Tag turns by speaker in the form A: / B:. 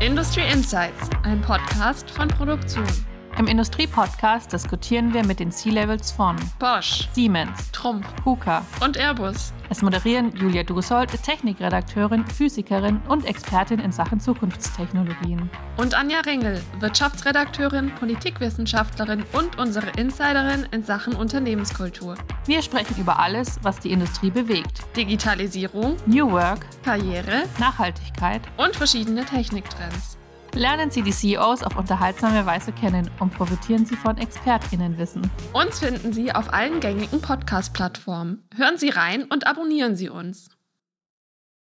A: Industry Insights, ein Podcast von Produktion.
B: Im Industriepodcast diskutieren wir mit den C-Levels von
A: Bosch,
B: Siemens,
A: Trumpf
B: KUKA.
A: und Airbus.
B: Es moderieren Julia Dusold, Technikredakteurin, Physikerin und Expertin in Sachen Zukunftstechnologien.
A: Und Anja Ringel, Wirtschaftsredakteurin, Politikwissenschaftlerin und unsere Insiderin in Sachen Unternehmenskultur,
B: Wir sprechen über alles, was die Industrie bewegt.
A: Digitalisierung,
B: New Work,
A: Karriere
B: Nachhaltigkeit.
A: und verschiedene Techniktrends.
B: Lernen Sie die CEOs auf unterhaltsame Weise kennen und profitieren Sie von ExpertInnenwissen.
A: Uns finden Sie auf allen gängigen Podcast-Plattformen. Hören Sie rein und abonnieren Sie uns.